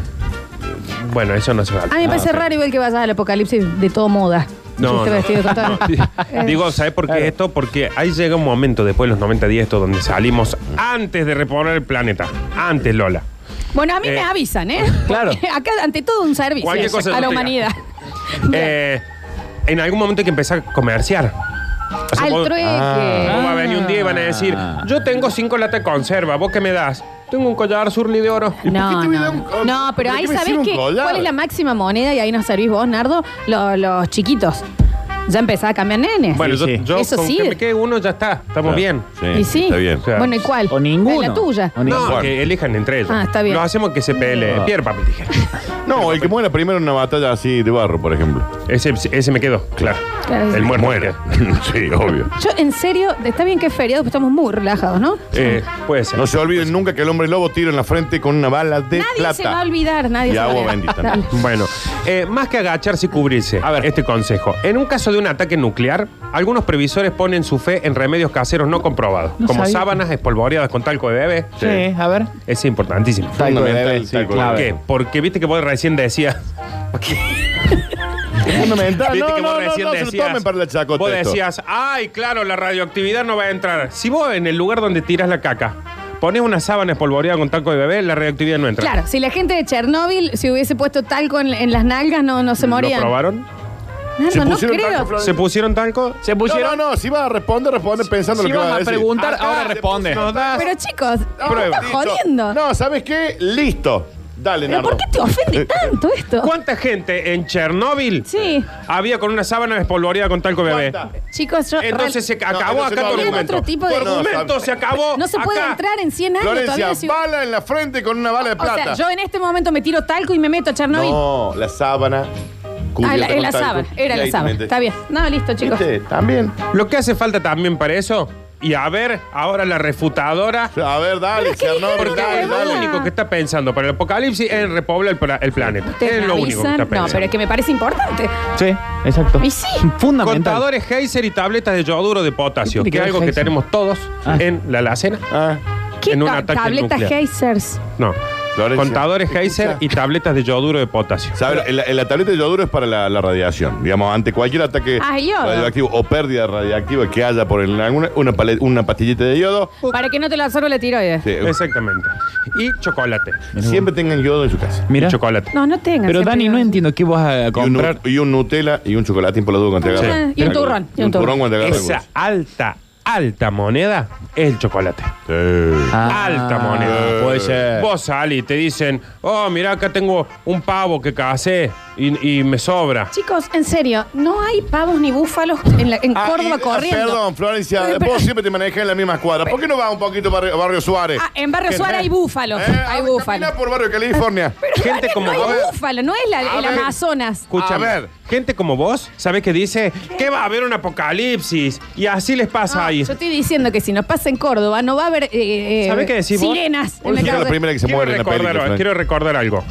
[SPEAKER 4] Bueno, eso no se
[SPEAKER 1] A
[SPEAKER 4] vale.
[SPEAKER 1] mí me parece raro igual que vayas al apocalipsis de todo moda.
[SPEAKER 4] No,
[SPEAKER 1] Chiste
[SPEAKER 4] no.
[SPEAKER 1] vestido Eh. con todo.
[SPEAKER 4] No. Digo, ¿sabes por qué
[SPEAKER 5] Claro.
[SPEAKER 4] esto? Porque ahí llega un momento después de los 90 días esto donde salimos antes de reponer el planeta. Antes, Lola.
[SPEAKER 1] Bueno, a mí
[SPEAKER 4] Eh,
[SPEAKER 1] me avisan, ¿eh?
[SPEAKER 5] claro.
[SPEAKER 1] Acá, ante todo, un servicio
[SPEAKER 4] Cualquier cosa
[SPEAKER 1] a la
[SPEAKER 4] no te
[SPEAKER 1] humanidad.
[SPEAKER 4] Eh, en algún momento hay que empezar a comerciar. O sea,
[SPEAKER 1] Al
[SPEAKER 4] vos- Ah.
[SPEAKER 1] trueque.
[SPEAKER 4] vos va a venir un día y van a decir,
[SPEAKER 5] Ah.
[SPEAKER 4] yo tengo cinco latas de conserva, ¿vos qué me das? Tengo un collar surly de oro.
[SPEAKER 1] No,
[SPEAKER 6] qué te voy a dar
[SPEAKER 1] no,
[SPEAKER 6] un
[SPEAKER 1] no.
[SPEAKER 6] co-
[SPEAKER 1] No, pero
[SPEAKER 6] ¿Por qué
[SPEAKER 1] ahí
[SPEAKER 6] me
[SPEAKER 1] sabés
[SPEAKER 6] hicieron
[SPEAKER 1] que,
[SPEAKER 6] collar?
[SPEAKER 1] cuál es la máxima moneda y ahí nos servís vos, Nardo, Lo- los chiquitos. Ya empezaba a cambiar nenes.
[SPEAKER 4] Bueno, yo,
[SPEAKER 5] sí.
[SPEAKER 4] yo
[SPEAKER 1] Eso
[SPEAKER 4] con
[SPEAKER 1] sí.
[SPEAKER 4] que me quede uno ya está,
[SPEAKER 6] Claro.
[SPEAKER 4] estamos bien.
[SPEAKER 1] y sí.
[SPEAKER 6] eh, Está bien.
[SPEAKER 4] Claro.
[SPEAKER 1] Bueno, ¿y cuál?
[SPEAKER 5] O ninguno.
[SPEAKER 1] La tuya.
[SPEAKER 5] O ninguno.
[SPEAKER 4] No,
[SPEAKER 6] Bueno.
[SPEAKER 4] que elijan entre ellos.
[SPEAKER 1] Ah, está bien.
[SPEAKER 4] Lo hacemos que se pelee.
[SPEAKER 5] Ah.
[SPEAKER 4] Pierre, papel, tijera.
[SPEAKER 6] No, el que muera primero en una batalla así de barro, por ejemplo.
[SPEAKER 4] Ese, ese me quedó, claro.
[SPEAKER 1] Claro.
[SPEAKER 4] El muerto.
[SPEAKER 6] Muere. sí, obvio.
[SPEAKER 1] Yo, en serio, está bien que es feriado, pero estamos muy relajados, ¿no?
[SPEAKER 4] Eh, puede ser.
[SPEAKER 6] No se olviden nunca que el hombre lobo tira en la frente con una bala de
[SPEAKER 1] Nadie
[SPEAKER 6] plata.
[SPEAKER 1] se va a olvidar, nadie
[SPEAKER 6] Y
[SPEAKER 1] se va a
[SPEAKER 6] agua
[SPEAKER 1] olvidar.
[SPEAKER 6] bendita.
[SPEAKER 1] Dale.
[SPEAKER 4] Bueno, eh, más que agacharse y cubrirse,
[SPEAKER 5] A ver.
[SPEAKER 4] este consejo. En un caso de un ataque nuclear, algunos previsores ponen su fe en remedios caseros no comprobados,
[SPEAKER 5] No
[SPEAKER 4] como
[SPEAKER 5] sabía.
[SPEAKER 4] sábanas espolvoreadas con talco de bebé.
[SPEAKER 5] Sí, a ver.
[SPEAKER 4] Es importantísimo.
[SPEAKER 5] Talco de
[SPEAKER 6] Fundamental,
[SPEAKER 5] bebé, sí,
[SPEAKER 6] talco de
[SPEAKER 5] claro.
[SPEAKER 4] ¿Por qué? Porque viste que vos recién decías.
[SPEAKER 6] Fundamental.
[SPEAKER 4] Viste
[SPEAKER 6] Ah, No,
[SPEAKER 4] que
[SPEAKER 6] no,
[SPEAKER 4] vos
[SPEAKER 6] no, no,
[SPEAKER 4] recién
[SPEAKER 6] se lo
[SPEAKER 4] decías-
[SPEAKER 6] tomen para la chacota.
[SPEAKER 4] Vos
[SPEAKER 6] esto.
[SPEAKER 4] decías, ay, claro, la radioactividad no va a entrar. Si vos en el lugar donde tiras la caca pones una sábana espolvoreada con talco de bebé, la radioactividad no entra.
[SPEAKER 1] Claro, si la gente de Chernóbil si hubiese puesto talco en, en las nalgas, no, no se morían.
[SPEAKER 4] ¿Lo probaron?
[SPEAKER 1] Nardo,
[SPEAKER 6] Se
[SPEAKER 1] no
[SPEAKER 6] pusieron
[SPEAKER 1] creo.
[SPEAKER 6] talco, Flor.
[SPEAKER 4] ¿Se pusieron talco?
[SPEAKER 5] Se
[SPEAKER 6] No,
[SPEAKER 5] pusieron.
[SPEAKER 6] no, no, si va a responder, responde pensando
[SPEAKER 5] Si
[SPEAKER 6] lo que
[SPEAKER 5] vas
[SPEAKER 6] va
[SPEAKER 5] a
[SPEAKER 6] a decir.
[SPEAKER 5] preguntar,
[SPEAKER 6] Acá
[SPEAKER 5] ahora
[SPEAKER 6] le
[SPEAKER 5] responde.
[SPEAKER 6] puso-
[SPEAKER 4] Nos das-
[SPEAKER 1] Pero chicos, ¿me
[SPEAKER 6] Ah, Prueba.
[SPEAKER 1] estás
[SPEAKER 6] Listo.
[SPEAKER 1] jodiendo?
[SPEAKER 6] No, ¿sabes qué? Listo. Dale,
[SPEAKER 1] ¿Pero por
[SPEAKER 6] Nardo.
[SPEAKER 1] qué te
[SPEAKER 6] Eh,
[SPEAKER 1] ofende tanto esto?
[SPEAKER 4] ¿Cuánta gente en Chernóbil
[SPEAKER 1] Sí.
[SPEAKER 4] había con una sábana espolvoreada con talco de bebé?
[SPEAKER 6] ¿Cuánta?
[SPEAKER 1] Chicos, yo...
[SPEAKER 4] Entonces se
[SPEAKER 1] real-
[SPEAKER 6] No,
[SPEAKER 4] acabó
[SPEAKER 6] no se
[SPEAKER 4] acá
[SPEAKER 6] va a
[SPEAKER 4] tu
[SPEAKER 6] hablar.
[SPEAKER 4] argumento.
[SPEAKER 1] Otro tipo de-
[SPEAKER 4] Tu argumento se acabó.
[SPEAKER 1] No se puede
[SPEAKER 4] acá.
[SPEAKER 1] entrar en 100 años todavía.
[SPEAKER 6] Florencia,
[SPEAKER 1] la ciudad-
[SPEAKER 6] bala en la frente con una bala de
[SPEAKER 1] O sea,
[SPEAKER 6] plata.
[SPEAKER 1] yo en este momento me tiro talco y me meto a Chernóbil.
[SPEAKER 6] No, la sábana.
[SPEAKER 1] Ah,
[SPEAKER 6] cubierta
[SPEAKER 1] la, la
[SPEAKER 6] con talco. Este
[SPEAKER 1] sábana, era
[SPEAKER 6] Y
[SPEAKER 1] la
[SPEAKER 6] ahí te
[SPEAKER 1] sábana.
[SPEAKER 6] metes.
[SPEAKER 1] Está bien. No, listo, chicos.
[SPEAKER 6] ¿Viste? También.
[SPEAKER 4] Lo que hace falta también para eso, y a ver, ahora la refutadora.
[SPEAKER 6] A ver, dale,
[SPEAKER 1] Pero es que
[SPEAKER 6] Chernóbil,
[SPEAKER 1] dijeron
[SPEAKER 4] Porque
[SPEAKER 1] una
[SPEAKER 6] dale,
[SPEAKER 4] es lo
[SPEAKER 1] huevada.
[SPEAKER 6] dale.
[SPEAKER 4] único que está pensando para el apocalipsis es en repoblar el, pla- el planeta.
[SPEAKER 1] Ustedes
[SPEAKER 4] Es
[SPEAKER 1] me
[SPEAKER 4] lo único que
[SPEAKER 1] avisan.
[SPEAKER 4] está
[SPEAKER 1] No, pero
[SPEAKER 4] pensando.
[SPEAKER 1] es que me parece importante.
[SPEAKER 5] Sí, exacto.
[SPEAKER 1] Y sí.
[SPEAKER 5] Fundamental.
[SPEAKER 4] Contadores Heiser y tabletas de yoduro de potasio,
[SPEAKER 5] ¿Qué
[SPEAKER 4] que es algo que
[SPEAKER 5] Heiser?
[SPEAKER 4] tenemos todos
[SPEAKER 5] Ah.
[SPEAKER 4] en la alacena.
[SPEAKER 6] Ah,
[SPEAKER 1] ¿Qué
[SPEAKER 4] En un
[SPEAKER 1] ta-
[SPEAKER 4] ataque
[SPEAKER 1] tabletas
[SPEAKER 4] nuclear.
[SPEAKER 1] geysers?
[SPEAKER 4] No.
[SPEAKER 6] Florencia,
[SPEAKER 4] Contadores
[SPEAKER 6] escucha.
[SPEAKER 4] Heiser y tabletas de yoduro de potasio.
[SPEAKER 6] ¿sabes? La, la tableta de yoduro es para la, la radiación. Digamos, ante cualquier ataque
[SPEAKER 1] Ah, yodo.
[SPEAKER 6] radioactivo o pérdida radiactiva que haya por el- alguna, una, pale- una pastillita de yodo,
[SPEAKER 1] Para que no te la absorba la tiroides.
[SPEAKER 6] sí,
[SPEAKER 4] Exactamente. Y chocolate.
[SPEAKER 6] siempre tengan yodo en su casa.
[SPEAKER 5] Mira.
[SPEAKER 4] Y chocolate.
[SPEAKER 1] No, no tengas.
[SPEAKER 5] Pero
[SPEAKER 1] siempre
[SPEAKER 5] Dani,
[SPEAKER 1] digo
[SPEAKER 5] no
[SPEAKER 1] eso.
[SPEAKER 5] entiendo qué vas a
[SPEAKER 6] Y un,
[SPEAKER 5] comprar.
[SPEAKER 6] nu- y un Nutella y un chocolatín por la duda cuando te
[SPEAKER 1] Ah, Sí.
[SPEAKER 6] agarren.
[SPEAKER 1] Y un turrón,
[SPEAKER 6] Y un turrón cuando te agarren.
[SPEAKER 4] Esa alta, alta moneda es el chocolate.
[SPEAKER 6] Sí.
[SPEAKER 5] Ah,
[SPEAKER 4] Alta moneda.
[SPEAKER 5] Puede
[SPEAKER 6] Eh.
[SPEAKER 5] ser.
[SPEAKER 4] Vos salís y te dicen, oh, mirá, acá tengo un pavo que casé y, y me sobra.
[SPEAKER 1] Chicos, en serio, no hay pavos ni búfalos en, la- en
[SPEAKER 6] Ah,
[SPEAKER 1] Córdoba
[SPEAKER 6] y- ah,
[SPEAKER 1] corriendo.
[SPEAKER 6] Perdón, Florencia,
[SPEAKER 1] Pero-
[SPEAKER 6] vos siempre te manejas en la misma cuadra. ¿Por qué no vas un poquito a Barrio Suárez?
[SPEAKER 1] Ah, en Barrio Suárez hay búfalos.
[SPEAKER 6] Eh,
[SPEAKER 1] hay
[SPEAKER 6] a ver,
[SPEAKER 1] búfalos.
[SPEAKER 6] camina por Barrio California.
[SPEAKER 4] Gente como
[SPEAKER 1] No
[SPEAKER 4] vos.
[SPEAKER 1] hay búfalo, no es la,
[SPEAKER 6] A
[SPEAKER 1] el
[SPEAKER 6] ver.
[SPEAKER 1] Amazonas.
[SPEAKER 4] Escucha,
[SPEAKER 6] A ver.
[SPEAKER 4] gente como vos, ¿sabes qué dice? Que va a haber un apocalipsis. Y así les pasa
[SPEAKER 1] No,
[SPEAKER 4] ahí.
[SPEAKER 1] Ah, Yo estoy diciendo que si nos pasa en Córdoba no va a haber eh, eh,
[SPEAKER 4] ¿Sabe qué decís vos?
[SPEAKER 1] sirenas.
[SPEAKER 6] Vos
[SPEAKER 1] en
[SPEAKER 6] sos
[SPEAKER 1] la
[SPEAKER 6] la
[SPEAKER 1] calle.
[SPEAKER 6] primera que se
[SPEAKER 4] Quiero
[SPEAKER 6] muere en la
[SPEAKER 4] recordar,
[SPEAKER 6] película.
[SPEAKER 4] quiero recordar algo.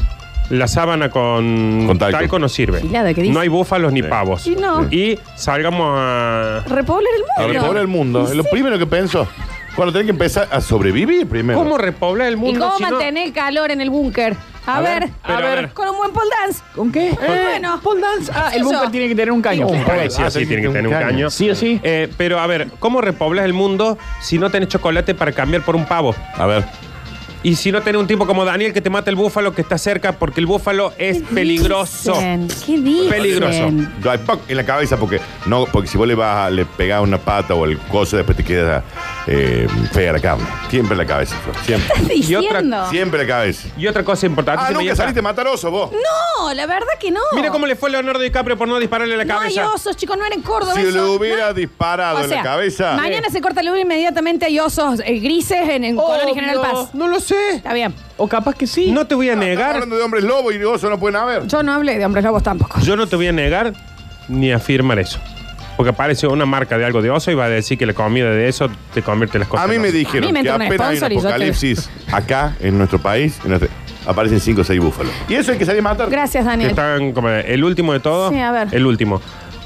[SPEAKER 4] La sábana con,
[SPEAKER 6] Con
[SPEAKER 4] talco.
[SPEAKER 6] talco.
[SPEAKER 4] no sirve.
[SPEAKER 1] Gilada, ¿qué dice?
[SPEAKER 4] No hay búfalos ni pavos.
[SPEAKER 1] Y no.
[SPEAKER 4] Y salgamos a.
[SPEAKER 1] Repoblar el mundo.
[SPEAKER 6] Ahora el mundo. Es lo primero que pienso. Cuando tenés que empezar a sobrevivir primero.
[SPEAKER 4] ¿Cómo repoblar el
[SPEAKER 1] ¿Y
[SPEAKER 4] mundo?
[SPEAKER 1] cómo
[SPEAKER 4] si no-
[SPEAKER 1] mantener el calor en el búnker? A,
[SPEAKER 4] A ver,
[SPEAKER 1] ver,
[SPEAKER 4] pero
[SPEAKER 1] a
[SPEAKER 4] a
[SPEAKER 1] ver,
[SPEAKER 4] ver.
[SPEAKER 1] con un buen pole dance.
[SPEAKER 5] ¿Con qué?
[SPEAKER 1] Eh, bueno.
[SPEAKER 5] Eh, Pole dance. Ah, el
[SPEAKER 1] Sí,
[SPEAKER 5] búnker
[SPEAKER 1] yo.
[SPEAKER 5] tiene que tener un caño.
[SPEAKER 4] Un caño, sí,
[SPEAKER 6] Ah,
[SPEAKER 4] sí, tiene que tener un caño.
[SPEAKER 5] Sí o sí.
[SPEAKER 4] Eh, pero a ver, ¿cómo repoblas el mundo si no tenés chocolate para cambiar por un pavo?
[SPEAKER 6] A ver.
[SPEAKER 4] Y si no tenés un tipo como Daniel que te mata el búfalo que está cerca porque el búfalo es peligroso.
[SPEAKER 1] Dicen, ¿Qué dicen?
[SPEAKER 4] Peligroso.
[SPEAKER 6] Yo, ay, ¡pac! en la cabeza porque no porque si vos le vas a- le pegás una pata o el coso después te queda eh, fea la carne siempre la cabeza Flor. siempre
[SPEAKER 4] Y otra-
[SPEAKER 1] Diciendo.
[SPEAKER 6] siempre la cabeza
[SPEAKER 4] Y otra cosa importante.
[SPEAKER 6] ah
[SPEAKER 4] se me
[SPEAKER 6] nunca
[SPEAKER 4] llega-
[SPEAKER 6] saliste a matar oso vos
[SPEAKER 1] No, la verdad que no.
[SPEAKER 4] Mira cómo le fue a Leonardo DiCaprio por no dispararle la
[SPEAKER 1] No hay
[SPEAKER 4] cabeza.
[SPEAKER 1] osos, chicos, no era en Córdoba.
[SPEAKER 6] si
[SPEAKER 1] eso,
[SPEAKER 6] le hubiera
[SPEAKER 1] no.
[SPEAKER 6] disparado
[SPEAKER 1] O
[SPEAKER 6] en
[SPEAKER 1] sea,
[SPEAKER 6] la cabeza
[SPEAKER 1] Mañana se corta el Uber inmediatamente hay osos eh, grises en, en Colón y General
[SPEAKER 4] Obvio.
[SPEAKER 1] Paz.
[SPEAKER 4] No lo sé.
[SPEAKER 1] Está bien.
[SPEAKER 5] O capaz que sí.
[SPEAKER 4] No te voy a negar.
[SPEAKER 6] hablando de hombres lobos y oso no pueden haber
[SPEAKER 1] Yo no hablé de hombres lobos tampoco.
[SPEAKER 4] Yo no te voy a negar ni afirmar eso. Porque aparece una marca de algo de oso y va a decir que la comida de eso te convierte en las cosas.
[SPEAKER 6] a mí
[SPEAKER 4] en
[SPEAKER 6] me
[SPEAKER 1] A
[SPEAKER 4] oso.
[SPEAKER 1] mí
[SPEAKER 6] dijeron
[SPEAKER 1] me
[SPEAKER 6] que
[SPEAKER 1] entra un
[SPEAKER 6] apenas hay un
[SPEAKER 1] sponsor y yo te-
[SPEAKER 6] apocalipsis acá en nuestro país en nuestro- aparecen 5 o 6 búfalos y eso hay que salir a matar
[SPEAKER 1] Gracias,
[SPEAKER 4] Que
[SPEAKER 1] Daniel.
[SPEAKER 4] están como el último de todo.
[SPEAKER 1] Sí, a ver.
[SPEAKER 4] El último.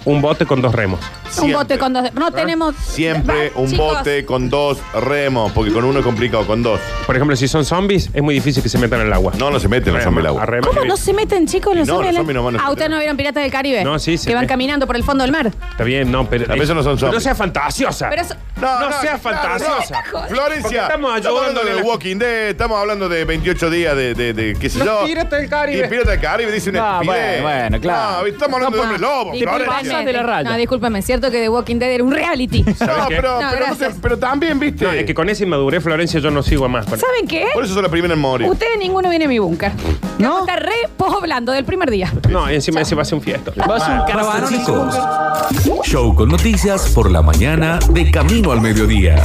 [SPEAKER 4] Un bote con dos remos.
[SPEAKER 1] Un
[SPEAKER 6] Siempre.
[SPEAKER 1] bote con dos. No tenemos.
[SPEAKER 6] Siempre
[SPEAKER 1] Va,
[SPEAKER 6] un
[SPEAKER 1] chicos,
[SPEAKER 6] bote con dos remos, porque con uno es complicado, con dos.
[SPEAKER 4] Por ejemplo, si son zombies, es muy difícil que se metan al agua.
[SPEAKER 6] No, no se meten los
[SPEAKER 4] Rema,
[SPEAKER 6] hombres al agua.
[SPEAKER 4] arrema.
[SPEAKER 1] ¿Cómo no se meten, chicos, los
[SPEAKER 6] Y no,
[SPEAKER 1] hombres?
[SPEAKER 6] los zombies no van a
[SPEAKER 1] Ah,
[SPEAKER 6] meter.
[SPEAKER 1] ustedes no vieron Piratas del Caribe.
[SPEAKER 4] No, sí, sí.
[SPEAKER 1] Que van caminando por el fondo del mar.
[SPEAKER 4] Está bien, no, pero.
[SPEAKER 6] Pero eso no son
[SPEAKER 4] Pero
[SPEAKER 6] zombies.
[SPEAKER 4] sea fantasiosa.
[SPEAKER 1] Pero eso-
[SPEAKER 4] No,
[SPEAKER 6] sea
[SPEAKER 4] sea fantasiosa. Porque
[SPEAKER 6] Florencia,
[SPEAKER 4] estamos
[SPEAKER 6] estamos, hablando
[SPEAKER 4] ayudándole
[SPEAKER 6] de
[SPEAKER 4] la-
[SPEAKER 6] Walking Dead, estamos hablando de 28 días de, de, de qué sé
[SPEAKER 4] Los
[SPEAKER 6] yo.
[SPEAKER 4] Piratas del Caribe.
[SPEAKER 6] Y Piratas del Caribe dice una
[SPEAKER 5] No,
[SPEAKER 6] estupidez.
[SPEAKER 5] bueno, bueno, claro.
[SPEAKER 6] No, estamos hablando de hombres lobos, Florencia.
[SPEAKER 5] Pasás de la raya.
[SPEAKER 1] No, discúlpame, es cierto que The Walking Dead era un reality.
[SPEAKER 6] No,
[SPEAKER 4] qué?
[SPEAKER 6] pero,
[SPEAKER 1] No,
[SPEAKER 6] pero, no
[SPEAKER 1] gracias.
[SPEAKER 6] te- pero también, viste.
[SPEAKER 4] No, es que con esa inmadurez, Florencia, yo no sigo más. Con...
[SPEAKER 1] ¿Saben qué?
[SPEAKER 6] Por eso son las primeras en morir.
[SPEAKER 1] Ustedes ninguno viene a mi búncar.
[SPEAKER 5] ¿No?
[SPEAKER 1] No. Está re poblando del primer día.
[SPEAKER 4] No, y encima ese va a ser un fiesto.
[SPEAKER 5] Vas a un caravana.
[SPEAKER 2] Chicos, show con noticias por la mañana de camino al mediodía.